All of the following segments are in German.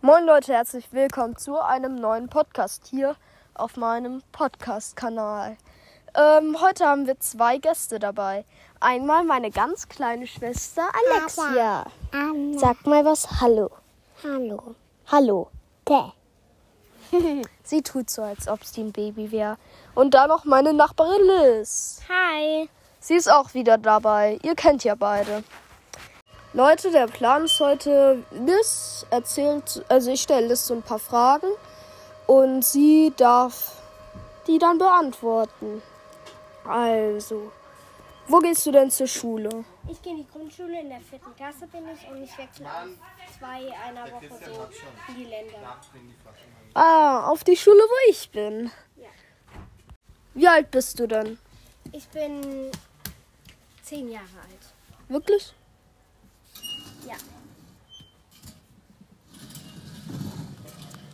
Moin Leute, herzlich willkommen zu einem neuen Podcast hier auf meinem Podcast-Kanal. Ähm, heute haben wir zwei Gäste dabei. Einmal meine ganz kleine Schwester Alexia. Anna. Sag mal was Hallo. Hallo. Hallo. Bäh. Sie tut so, als ob sie ein Baby wäre. Und dann noch meine Nachbarin Liz. Hi. Sie ist auch wieder dabei. Ihr kennt ja beide. Leute, der Plan ist heute, Liz erzählt, also ich stelle Liz so ein paar Fragen und sie darf die dann beantworten. Also, wo gehst du denn zur Schule? Ich gehe in die Grundschule, in der vierten Klasse bin ich und ich wechsle auf zwei einer Woche so in die Länder. Ah, auf die Schule, wo ich bin. Ja. Wie alt bist du denn? Ich bin zehn Jahre alt. Wirklich? Ja.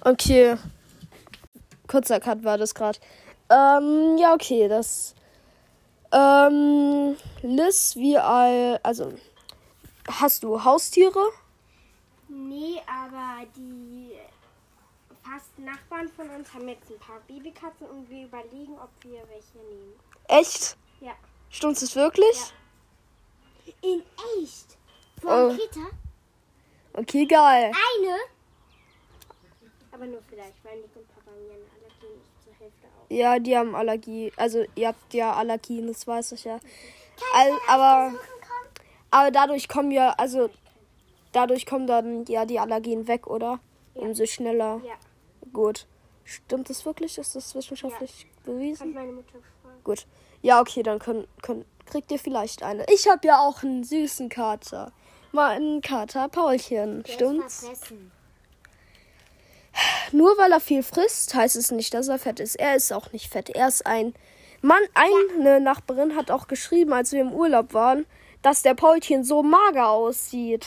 Okay. Kurzer Cut war das gerade. Ähm, ja, okay, das. Ähm, Liz, wie all. Also. Hast du Haustiere? Nee, aber die fast Nachbarn von uns haben jetzt ein paar Babykatzen und wir überlegen, ob wir welche nehmen. Echt? Ja. Stimmt's es wirklich? In echt? Oh. Kita? Okay, geil. Eine? Aber nur vielleicht, weil Nick und Papa mir eine Allergie nicht zur Hälfte auf. Ja, die haben Allergie. Also, ihr habt ja Allergien, das weiß ich ja. Al aber. Aber dadurch kommen ja. Also. Dadurch kommen dann ja die Allergien weg, oder? Umso schneller. Ja, Gut. Stimmt das wirklich? Ist das wissenschaftlich bewiesen? hat meine Mutter gefragt. Gut. Ja, okay, dann können, können, kriegt ihr vielleicht eine. Ich habe ja auch einen süßen Kater. Mal einen Kater Paulchen, stimmt's? Nur weil er viel frisst, heißt es nicht, dass er fett ist. Er ist auch nicht fett. Er ist ein Mann. Eine Nachbarin hat auch geschrieben, als wir im Urlaub waren, dass der Paulchen so mager aussieht.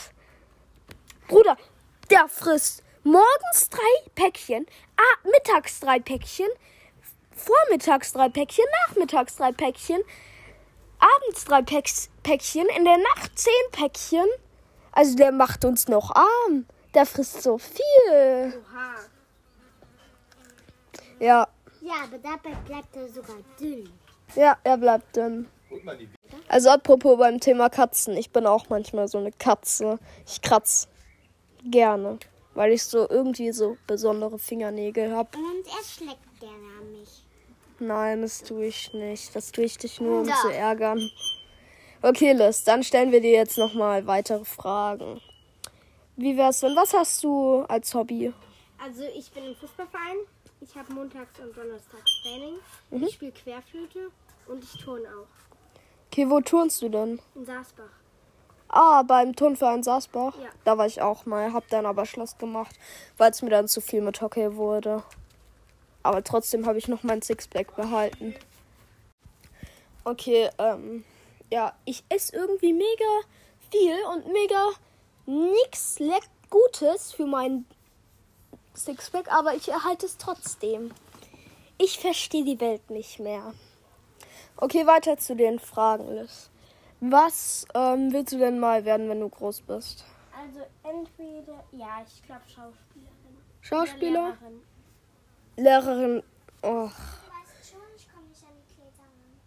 Bruder, der frisst morgens drei Päckchen, ah, mittags drei Päckchen, vormittags drei Päckchen, nachmittags drei Päckchen, abends drei Päcks- Päckchen, in der Nacht zehn Päckchen. Also der macht uns noch arm. Der frisst so viel. Oha. Ja, Ja, aber dabei bleibt er sogar dünn. ja, er bleibt dünn. Also apropos beim Thema Katzen, ich bin auch manchmal so eine Katze. Ich kratz gerne, weil ich so irgendwie so besondere Fingernägel habe. Und er schlägt gerne an mich. Nein, das tue ich nicht. Das tue ich dich nur, um Da. zu ärgern. Okay, Liz, dann stellen wir dir jetzt nochmal weitere Fragen. Wie wär's denn? Was hast du als Hobby? Also ich bin im Fußballverein. Ich habe montags und donnerstags Training. Ich spiele Querflöte und ich turne auch. Okay, wo turnst du denn? In Saasbach. Ah, beim Turnverein Saasbach. Ja. Da war ich auch mal, hab dann aber Schluss gemacht, weil es mir dann zu viel mit Hockey wurde. Aber trotzdem habe ich noch mein Sixpack behalten. Okay, ähm, ja, ich esse irgendwie mega viel und mega nix leck Gutes für mein Sixpack, aber ich erhalte es trotzdem. Ich verstehe die Welt nicht mehr. Okay, weiter zu den Fragen, Liz. Was ähm, willst du denn mal werden, wenn du groß bist? Also entweder, ja, ich glaube Schauspielerin. Schauspieler? Lehrerin. Oh, Och. Du weißt schon, ich komme nicht an die Gläser ran.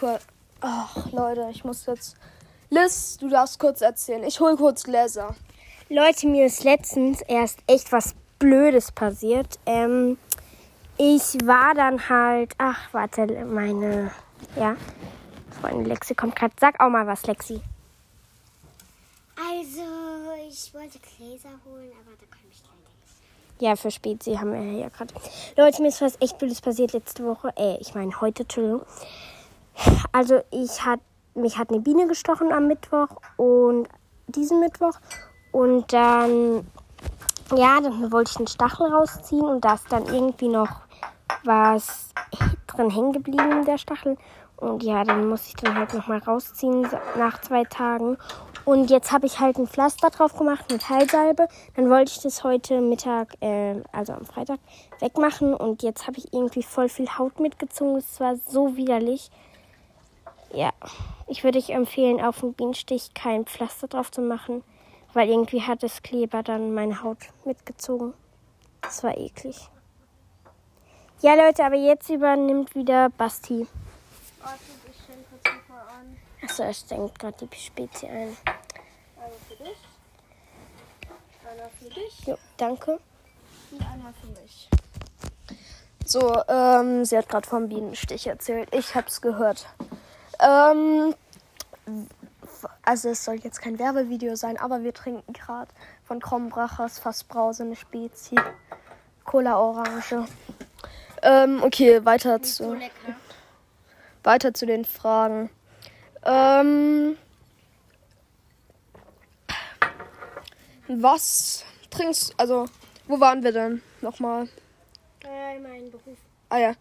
Cool. Ach, Leute, ich muss jetzt. Liz, du darfst kurz erzählen. Ich hol kurz Gläser. Leute, mir ist letztens erst echt was Blödes passiert. Ähm, ich war dann halt. Ach, warte, meine. Ja. Freundin Lexi kommt gerade. Sag auch mal was, Lexi. Also, ich wollte Gläser holen, aber da komme ich leider nicht. Ja, für Spezi haben wir ja gerade. Leute, mir ist was echt Blödes passiert letzte Woche. Äh, ich meine heute, Entschuldigung. Also, ich hat, mich hat eine Biene gestochen am Mittwoch und diesen Mittwoch. Und dann, ja, dann wollte ich den Stachel rausziehen und da ist dann irgendwie noch was drin hängen geblieben, der Stachel. Und ja, dann muss ich den halt nochmal rausziehen so- nach zwei Tagen. Und jetzt habe ich halt ein Pflaster drauf gemacht mit Heilsalbe. Dann wollte ich das heute Mittag, äh, also am Freitag, wegmachen. Und jetzt habe ich irgendwie voll viel Haut mitgezogen. Es war so widerlich. Ja, ich würde euch empfehlen, auf den Bienenstich kein Pflaster drauf zu machen, Weil irgendwie hat das Kleber dann meine Haut mitgezogen. Das war eklig. Ja, Leute, aber jetzt übernimmt wieder Basti. Ortet ist schön kurz bevor an. Achso, er strengt gerade die Spezie ein. Einer für dich. Einer für dich Jo, danke. und einer für mich. So, ähm, sie hat gerade vom Bienenstich erzählt. Ich hab's gehört. Ähm, f- also es soll jetzt kein Werbevideo sein, aber wir trinken gerade von Krombrachers Fassbrause eine Spezi. Cola Orange. Ähm, okay, weiter zu, lecker. weiter zu den Fragen. Ähm, was trinkst, also, wo waren wir denn nochmal? Äh, mein Beruf. Ah ja.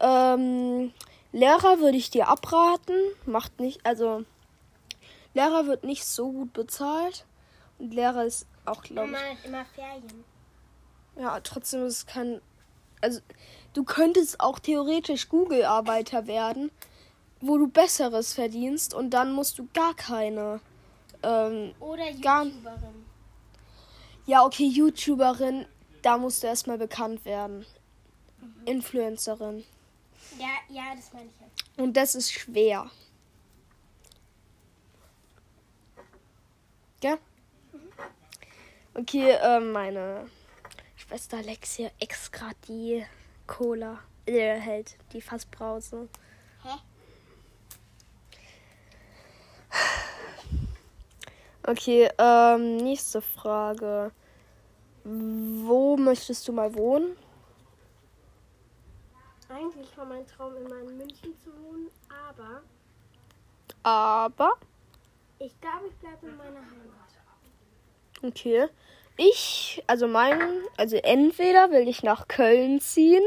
Ähm, Lehrer würde ich dir abraten. Macht nicht, also Lehrer wird nicht so gut bezahlt. Und Lehrer ist auch, glaube Mama hat immer Ferien. ich. Ja, trotzdem ist es kein. Also, du könntest auch theoretisch Google-Arbeiter werden, wo du Besseres verdienst und dann musst du gar keine. Ähm, Oder Gar- YouTuberin. ja, okay, YouTuberin, da musst du erstmal bekannt werden. Influencerin. Ja, ja, das meine ich ja. Und das ist schwer. Ja? Mhm. Okay, ähm, meine Schwester Alexia ex grad die Cola. Äh, hält die Fassbrause. Hä? Okay, ähm, nächste Frage. Wo möchtest du mal wohnen? Eigentlich war mein Traum immer in München zu wohnen, aber Aber, ich glaube, ich bleibe in meiner Heimat. okay. Ich, also mein, also entweder will ich nach Köln ziehen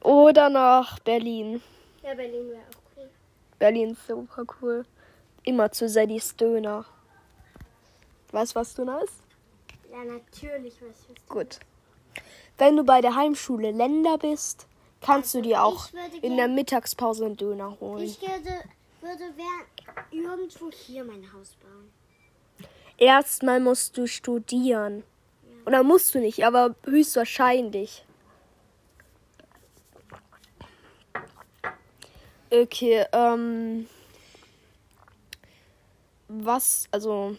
oder nach Berlin. Ja, Berlin wäre auch cool. Berlin ist super cool. Immer zu Sadies Döner. Weißt du, was Döner ist? Ja, natürlich, was ich Gut. Wenn du bei der Heimschule Länder bist, kannst du dir auch ich würde in gern- der Mittagspause einen Döner holen. Ich würde, würde wer irgendwo hier mein Haus bauen. Erstmal musst du studieren. Oder musst du nicht, aber höchstwahrscheinlich. Okay, ähm. Was, also.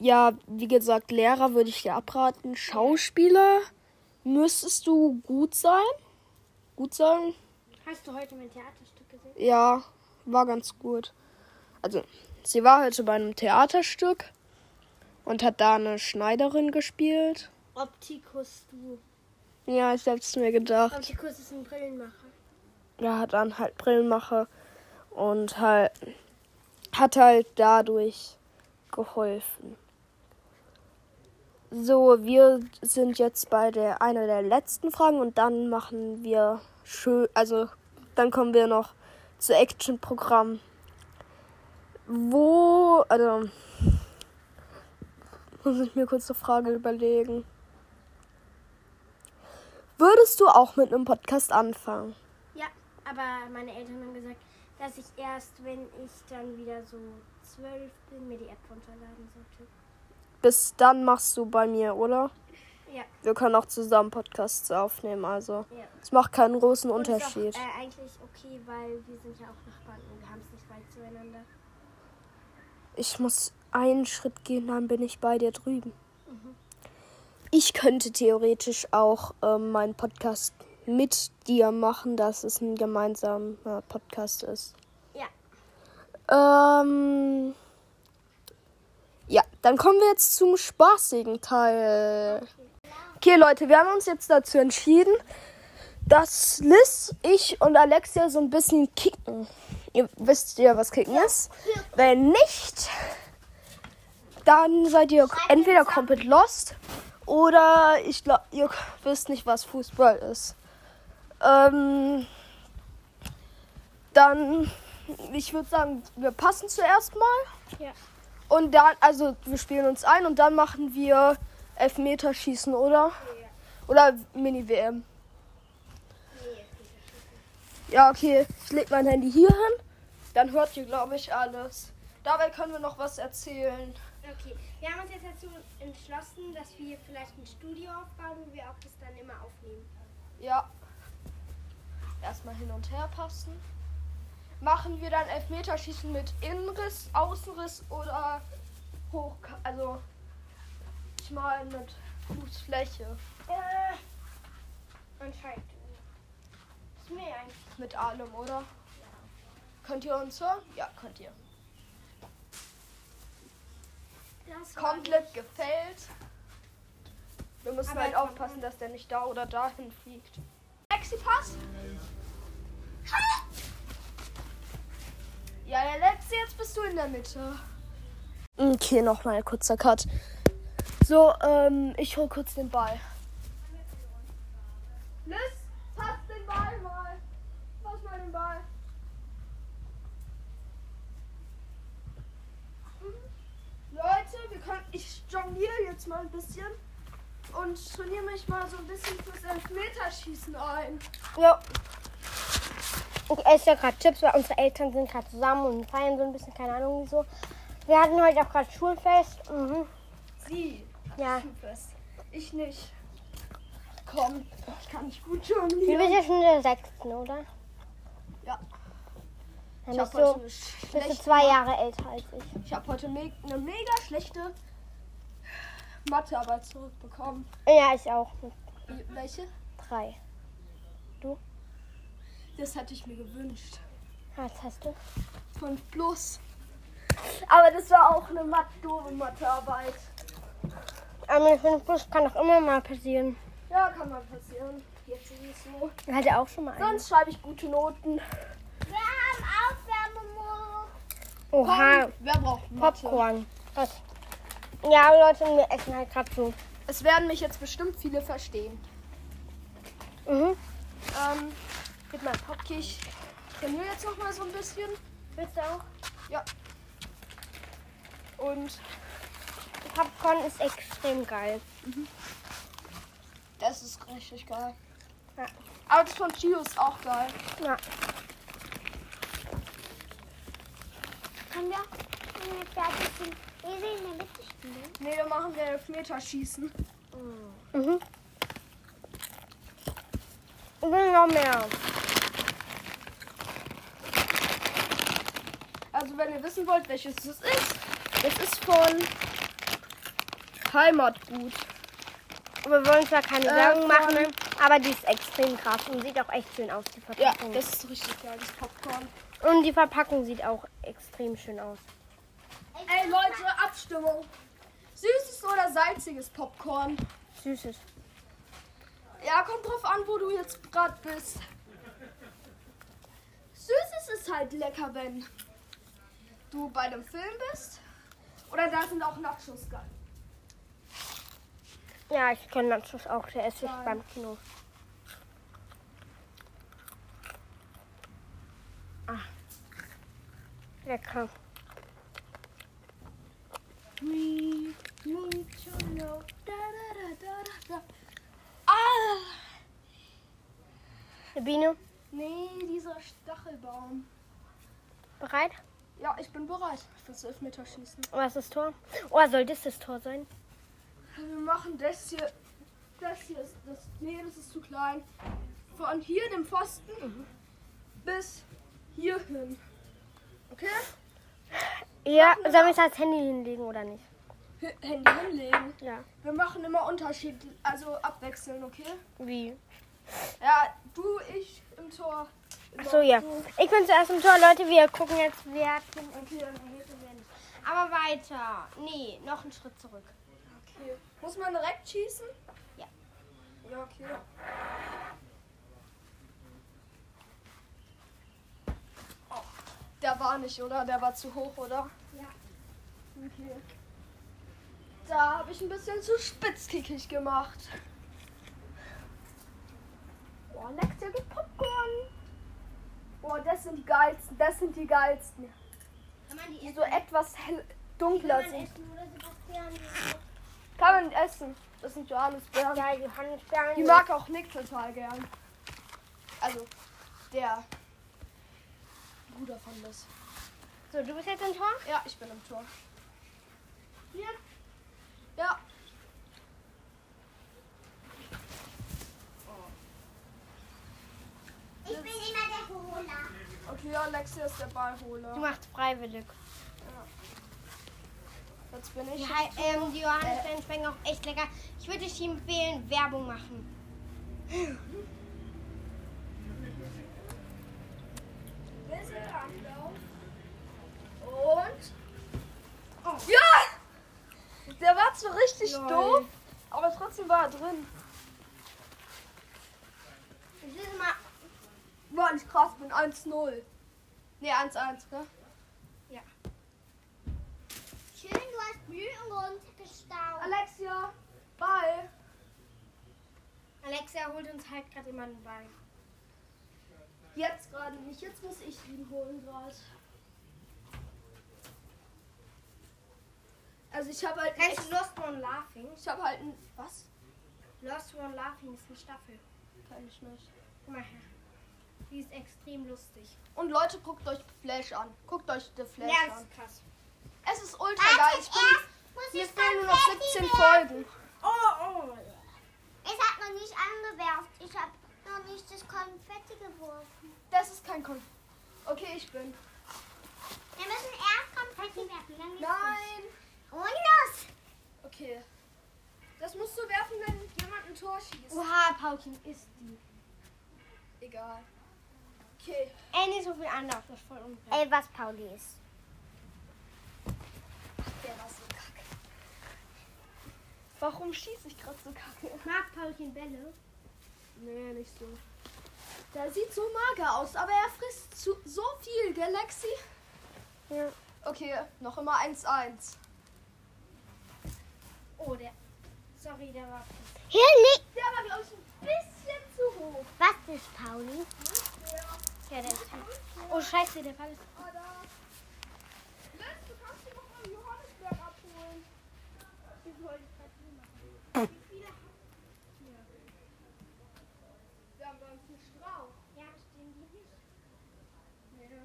Ja, wie gesagt, Lehrer würde ich dir abraten. Schauspieler müsstest du gut sein. Gut sein? Hast du heute mein Theaterstück gesehen? Ja, war ganz gut. Also, sie war heute bei einem Theaterstück und hat da eine Schneiderin gespielt. Optikus, du. Ja, ich hab's mir gedacht. Optikus ist ein Brillenmacher. Ja, hat dann halt Brillenmache und halt hat halt dadurch geholfen. So, wir sind jetzt bei der einer der letzten Fragen und dann machen wir schön, also dann kommen wir noch zu Action Programm. Wo, also muss ich mir kurz eine Frage überlegen. Würdest du auch mit einem Podcast anfangen? Ja, aber meine Eltern haben gesagt, dass ich erst, wenn ich dann wieder so zwölf bin, mir die App runterladen sollte. Bis dann machst du bei mir, oder? Ja. Wir können auch zusammen Podcasts aufnehmen, also. Ja. Es macht keinen großen Und ist Unterschied. Auch, äh, eigentlich okay, weil wir sind ja auch Nachbarn und wir haben es nicht weit zueinander. Ich muss einen Schritt gehen, dann bin ich bei dir drüben. Mhm. Ich könnte theoretisch auch ähm, meinen Podcast mit dir machen, dass es ein gemeinsamer Podcast ist. Ja. Ähm. Ja, dann kommen wir jetzt zum spaßigen Teil. Okay, Leute, wir haben uns jetzt dazu entschieden, dass Liz, ich und Alexia so ein bisschen kicken. Ihr wisst ja, was kicken ist. Wenn nicht, dann seid ihr entweder komplett lost oder ich glaube, ihr wisst nicht, was Fußball ist. Ähm, dann, ich würde sagen, wir passen zuerst mal. Ja. Und dann, also wir spielen uns ein und dann machen wir Elfmeterschießen, oder? Oder Mini-WM. Ja, okay. Ich leg mein Handy hier hin. Dann hört ihr, glaube ich, alles. Dabei können wir noch was erzählen. Okay, wir haben uns jetzt dazu entschlossen, dass wir vielleicht ein Studio aufbauen, wo wir auch das dann immer aufnehmen. Ja. Erstmal hin und her passen. Machen wir dann Elfmeterschießen mit Innenriss, Außenriss oder hoch, also ich mal mit Fußfläche, Äh, anscheinend. Ist mir eigentlich. mit allem, oder? Könnt ihr uns hören? Ja, könnt ihr. Das war Komplett gefällt. Wir müssen Aber halt von aufpassen, dass der nicht da oder dahin fliegt. Lexi-Pass? Ja, der letzte, jetzt bist du in der Mitte. Okay, nochmal kurzer Cut. So, ähm, ich hol kurz den Ball. Liz, pass den Ball mal. Pass mal den Ball. Mhm. Leute, wir können, ich jongliere jetzt mal ein bisschen und trainiere mich mal so ein bisschen fürs Elfmeterschießen ein. Ja. Ich esse ja gerade Chips, weil unsere Eltern sind gerade zusammen und feiern so ein bisschen, keine Ahnung wieso. Wir hatten heute auch gerade Schulfest. Mhm. Sie. Ja. Fest. Ich nicht. Komm, ich kann nicht gut Du jonglieren. bist ja schon in der sechsten, oder? Ja. Dann Ich also habe heute, bist eine du, bist du schlechte- zwei Jahre älter als ich. ich hab heute me eine mega schlechte Mathearbeit zurückbekommen. Ja, ich auch. Mit Wie- Welche? drei. Das hatte ich mir gewünscht. Was Ah, hast du? 5 plus. Aber das war auch eine mat doofe Mathearbeit. Aber ich finde, Plus kann doch immer mal passieren. Ja, kann mal passieren. Jetzt ist es so. Ich hatte auch schon mal einen. Sonst schreibe ich gute Noten. Wir haben Aufwärmemodus. Oha, Komm, Wer braucht Mathe? Popcorn. Was? Ja, aber Leute, wir essen halt gerade so. Es werden mich jetzt bestimmt viele verstehen. Mhm. Ähm, mit meinem Popke, ich trainiere jetzt noch mal so ein bisschen. Willst du auch? Und Popcorn ist extrem geil. das ist richtig geil. Ja. Aber das von Chio ist auch geil. Ja. Können wir wenn wir fertig sind, Esel in der Mitte spielen? Nee, wir machen wir Elfmeterschießen. Mhm. Ich will noch mehr. Also wenn ihr wissen wollt, welches es ist, das ist von Heimatgut. Wir wollen zwar keine Äh, Werbung machen, von- ne? aber die ist extrem krass und sieht auch echt schön aus, die Ja, Verpackung. das ist richtig geil, das Popcorn. und die Verpackung sieht auch extrem schön aus. Ey Leute, Abstimmung. Süßes oder salziges Popcorn? Süßes. Ja, kommt drauf an, wo du jetzt gerade bist. Süßes ist halt lecker, wenn du bei einem Film bist. Oder da sind auch Nachos geil. Ja, ich kenne Nachos auch, der esse ich Geil. beim Kino. Ah. Lecker. We need to know. Da, da, da, da, da, da. Ah! Eine Biene, Nee, dieser Stachelbaum. bereit? Ja, ich bin bereit fürs Elfmeterschießen. Was ist das Tor? Oh, soll das das Tor sein? Wir machen das hier. Das hier ist. Das, nee, das ist zu klein. Von hier, dem Pfosten, bis hier hin. Okay? Ja, wir sollen wir es als Handy hinlegen oder nicht? H Handy hinlegen. Ja. Wir machen immer Unterschied, also abwechseln, okay? Wie? Ja, du, ich im Tor. Immer Achso, ja. du. Ich bin zuerst im Tor, Leute. Wir gucken jetzt, wer hat den Okay, Aber weiter. Nee, noch einen Schritt zurück. okay. Muss man direkt schießen? Ja. Ja, okay. Oh, der war nicht, oder? Der war zu hoch, oder? Ja. Okay. Da habe ich ein bisschen zu spitzkickig gemacht. Boah, leckst du Popcorn? Boah, das sind die geilsten, das sind die geilsten. Kann man die Die essen? so etwas hell, dunkler Kann man sind. essen oder Sebastian? Kann man essen. Das sind Johannisbeeren. Ja, Johannisbeeren. Die mag auch Nick total gern. Also, der Bruder von Liz. So, du bist jetzt im Tor? Ja, ich bin im Tor. wir? Ja. Ich bin immer der Hola. Okay, ja, Lexi ist der Du Ballholer. machst freiwillig. Jetzt bin ich. Die, Hei- ähm, die Johannisbeeren schmecken auch echt lecker. Ich würde dich empfehlen, Werbung machen. Bisschen Anlauf. Und. Oh. Ja! Der war zwar richtig Lol. doof, aber trotzdem war er drin. Das ist immer. War nicht krass, bin 1-0. Ne, 1-1, ne? Schön, du hast Mühe und Grund gestaut. Alexia, Ball. Alexa holt uns halt gerade immer einen Ball. Jetzt gerade nicht, jetzt muss ich ihn holen gerade. Also ich habe halt. einen Kennst du Lost One Laughing? Ich habe halt ein. Was? Lost One Laughing ist eine Staffel. Kann ich nicht. Guck mal her. Die ist extrem lustig. Und Leute, guckt euch Flash an. Guckt euch The Flash Ja, das an. ist krass. Es ist ultra geil. Warte, Ich erst ah, bin, muss mir ich fehlen nur noch konfetti 17 werfen. Folgen. Oh, oh. Es hat noch nicht angewerft. Ich habe noch nicht das Konfetti geworfen. Das ist kein Kon. Okay, ich bin. Wir müssen erst Konfetti werfen. Dann geht's los. Nein. Und los. Okay. Das musst du werfen, wenn jemand ein Tor schießt. Oha, Paukin ist die. Egal. Okay. Ey, Äh, nicht so viel Anlauf, das ist voll unfair. Ey, was Pauli ist. Der war so kacke. Warum schieße ich gerade so kacke? Mag Paukin Bälle? Nee, nicht so. Der sieht so mager aus, aber er frisst zu, so viel, gell, Lexi? Ja. Okay, noch immer 1-1. Oh, der. Sorry, der war. Hier liegt. Der war, glaube ich, ein bisschen zu hoch. Was ist Pauli? Ja, der ist. Oh, Scheiße, der Ball ist. Oder? Liz, du kannst dich noch mal Johannesberg abholen. Ich wollte gerade nie machen. Wie viele habt ihr? Wir haben bei uns einen Strauch. Ja, stehen die nicht. Nee.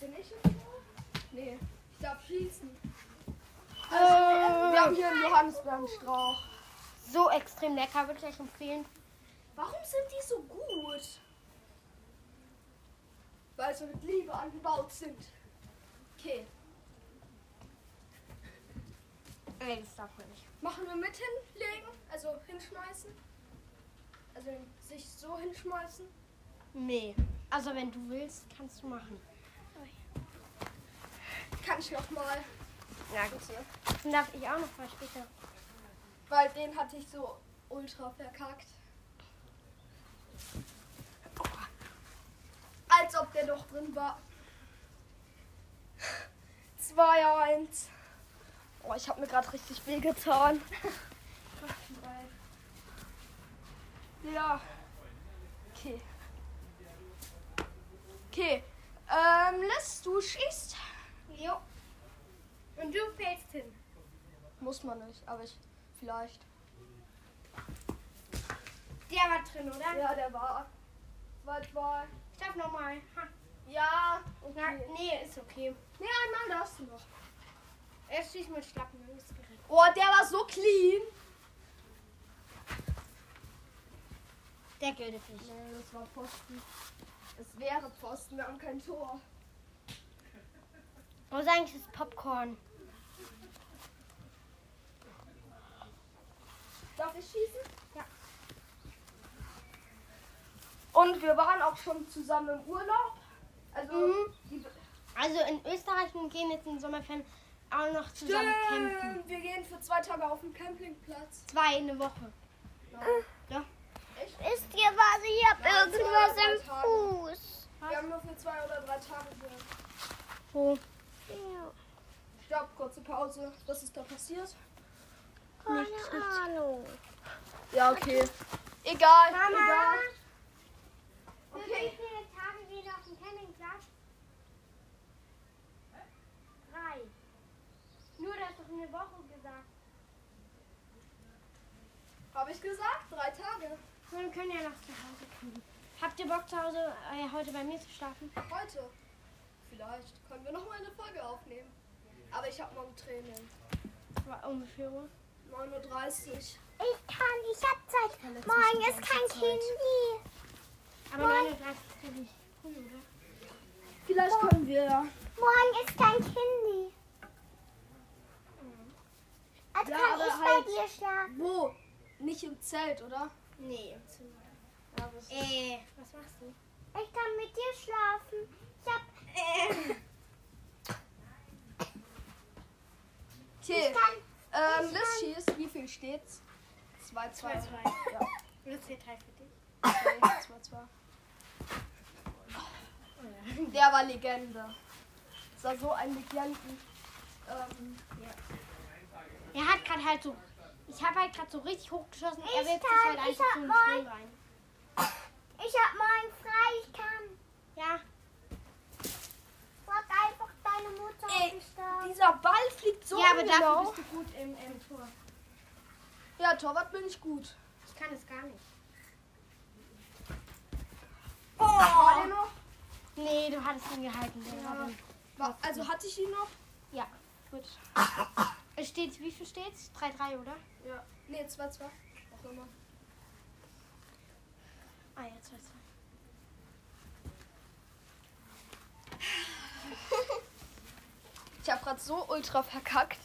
Bin ich im Strauch? Nee, ich darf schießen. Also, wir haben hier einen Johannisbeerenstrauch. So extrem lecker, würde ich euch empfehlen. Warum sind die so gut? Weil sie mit Liebe angebaut sind. Okay, Nee, das darf man nicht. machen wir mit hinlegen, also hinschmeißen. Also sich so hinschmeißen. Nee. Also, wenn du willst, kannst du machen. Kann ich noch mal, Ja, gut. Dann darf ich auch noch mal später. weil den hatte ich so ultra verkackt. Als ob der doch drin war. 2-1. Oh, ich habe mir gerade richtig weh getan. Ja. Okay. Okay. Ähm, Liz, du schießt. Jo. Und du fällst hin. Muss man nicht, aber ich vielleicht. Der war drin, oder? Ja, der war. Was war? Ich darf nochmal. Ja. Na, Okay. nee, ist okay. Nee, einmal darfst du noch. Er schießt mit Schlappen, dann ist gerettet. Oh, der war so clean. Der gilt nicht. Nee, das war Posten. Es wäre Posten, wir haben kein Tor. Wo ist eigentlich das Popcorn? Darf ich schießen? Ja. Und wir waren auch schon zusammen im Urlaub. Also, Mhm. die, Also in Österreich und gehen jetzt in den Sommerferien auch noch zusammen campen. Stimmt, wir gehen für zwei Tage auf den Campingplatz. Zwei in der Woche. Wisst ihr was? Ich habe Nein, irgendwas zwei im Tage. Fuß. Wir haben nur für zwei oder drei Tage gehört. Wo? Stopp, kurze Pause. Was ist da passiert? Keine Ahnung. Ja, okay. Egal, Mama. egal. Wie Okay. viele Tage gehen auf den Campingplatz? Drei. Nur, dass doch eine Woche gesagt. Habe ich gesagt, drei Tage. So, wir können ja noch zu Hause kommen. Habt ihr Bock zu Hause äh, heute bei mir zu schlafen? Heute. Vielleicht können wir noch mal eine Folge aufnehmen. Aber ich habe morgen Training. Ungefähr. 9.30 Uhr. Ich kann, ich hab Zeit. Morgen ist kein Kindi. Aber 39 ist nicht früh, oder? Vielleicht können wir ja. Morgen ist kein Kindi. Also Ja, kann aber ich halt- bei dir schlafen. Wo? Nicht im Zelt, oder? Nee, im Zimmer. Äh, was machst du? Ich kann mit dir schlafen. Ich hab, Äh. Okay. ich kann, Ähm, Liz schießt. Wie viel steht's? 2-2. 2-2. 2-2. Das zählt halt für dich. Oh Der war Legende. Das war so ein Legenden. Ähm, Er hat gerade halt so. Ich habe halt gerade so richtig hochgeschossen. er Ich wirft sich kann- halt eigentlich ich hab so einen Ball. Schwung rein. ich hab morgen frei. Ich kann. Ja, Frag einfach deine Mutter, Äh. ob Ey, ich schlafe. dieser Ball fliegt so ja aber dafür ungenau. bist du gut im, im Tor. Ja, Torwart bin ich gut. Ich kann es gar nicht. War der noch? Nee, du hattest ihn gehalten. Der ja. War, also hatte ich ihn noch? ja, gut. Es steht, wie viel steht's? 3-3, oder? Ja. Nee, 2-2. Auch immer. Ah ja, 2-2. Ich habe gerade so ultra verkackt.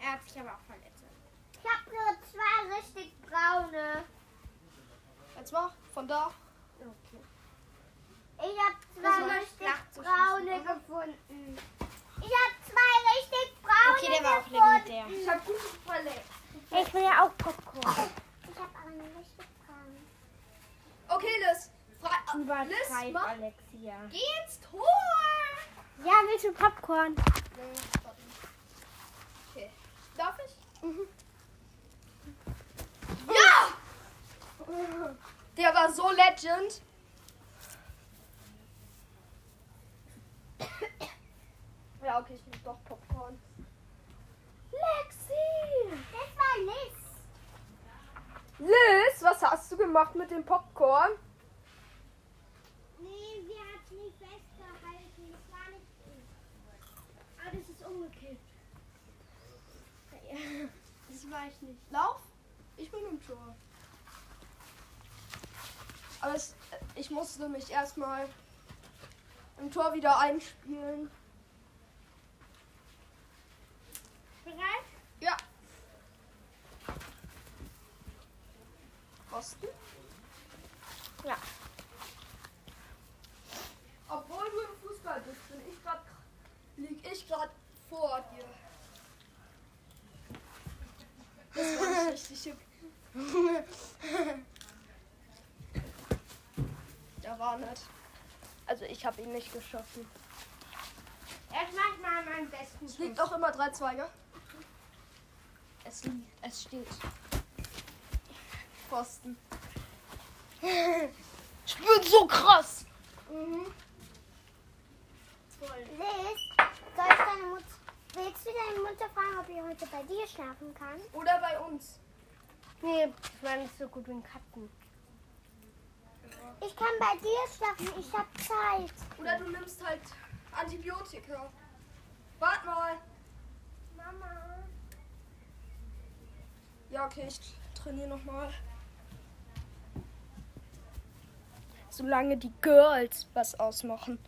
Er hat sich aber auch verletzt. Ich hab nur zwei richtig braune. Jetzt mal, von da. Ich hab zwei Versuch mal, flach richtig zu braune gefunden. Ich hab zwei richtig braune Okay, der war auch gefunden. legendär. Ich habe gute Bälle. Ich will ja auch Popcorn. Ich hab aber eine richtig braune. Okay, Liz. Frei, Liz, Übertreib, mach. Alexia. Geh ins Tor. Ja, willst du Popcorn? Nee, warte. Okay. Darf ich? Ja! Der war so legend. Ja, okay, ich nehme doch Popcorn. Lexi! Das war Liz. Liz, was hast du gemacht mit dem Popcorn? Nee, sie hat mich festgehalten. Das war nicht ich. Ah, das ist umgekippt. Das war ich nicht. Lauf. Ich bin im Tor. Aber es, ich musste mich erstmal im Tor wieder einspielen. Bereit? Ja. Kosten? Ja. Obwohl du im Fußball bist, bin ich grad, lieg ich gerade vor dir. Das war nicht richtig hip. Der war nicht. Also ich habe ihn nicht geschossen. Ich mach mal meinen besten Es liegt auch immer 3-2, gell? Es liegt, es steht. Pfosten. Ich bin so krass. Mhm. Liz, soll ich deine Mutter. Willst du deine Mutter fragen, ob ihr heute bei dir schlafen kann? Oder bei uns. Nee, ich war nicht so gut in Katzen. Ich kann bei dir schlafen. Ich hab Zeit. Oder du nimmst halt Antibiotika. Warte mal. Mama. Ja, okay, ich trainiere nochmal. Solange die Girls was ausmachen.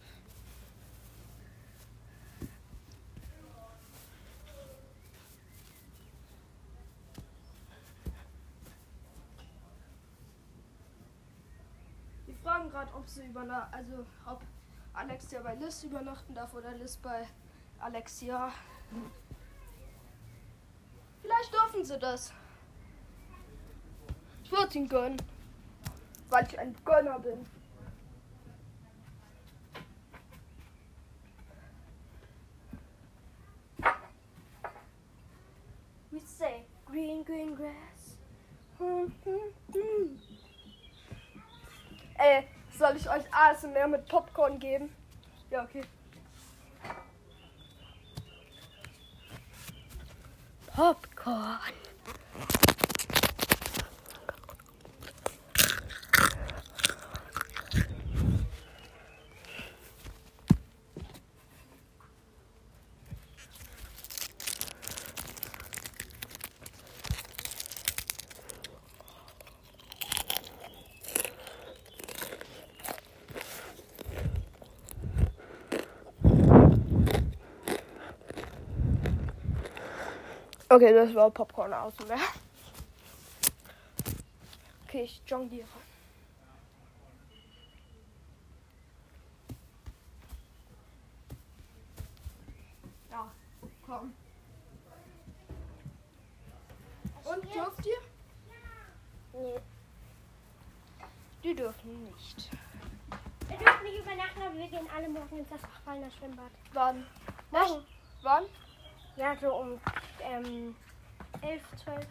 Wir fragen gerade, ob sie überna also ob Alexia bei Liz übernachten darf oder Liz bei Alexia. Vielleicht dürfen sie das. Ich würde ihn gönnen. Weil ich ein Gönner bin. We say green, green grass. Hm, hm, hm. Ey, soll ich euch ASMR mit Popcorn geben? Ja, okay. Popcorn. Okay, das war Popcorn aus dem Meer. Okay, ich jongliere. Ja, komm. Und dürft ihr? Nee. Die dürfen nicht. Wir dürfen nicht übernachten, aber wir gehen alle morgen ins Fachballner Schwimmbad. Wann? Was? Wann? Ja, so um ähm, 11, 12.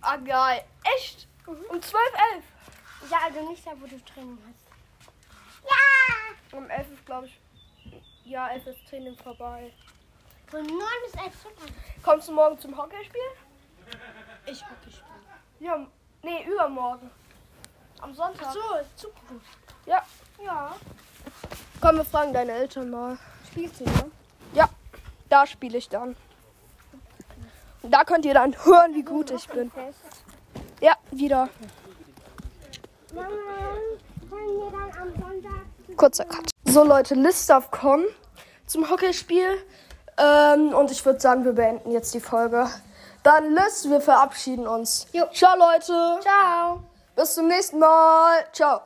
Ah, geil. Echt? Um 12, 11. Ja, also nicht da, wo du Training hast. Um 11 ist, glaube ich. Ja, 11 ist Training vorbei. Von 9 bis 11 Stunden. Kommst du morgen zum Hockeyspiel? Ich hab gespielt. Ja, m- nee, übermorgen. Am Sonntag. So, Zukunft. Ja. Ja. Komm, wir fragen deine Eltern mal. Spielst du, ne? Ja, da spiele ich dann. Und da könnt ihr dann hören, wie gut ich bin. Ja, wieder. Mama, können wir dann am Sonntag Kurzer Cut. So Leute, List darf kommen zum Hockeyspiel. Ähm, und ich würde sagen, wir beenden jetzt die Folge. Dann List, wir verabschieden uns. Ciao Leute. Ciao. Bis zum nächsten Mal. Ciao.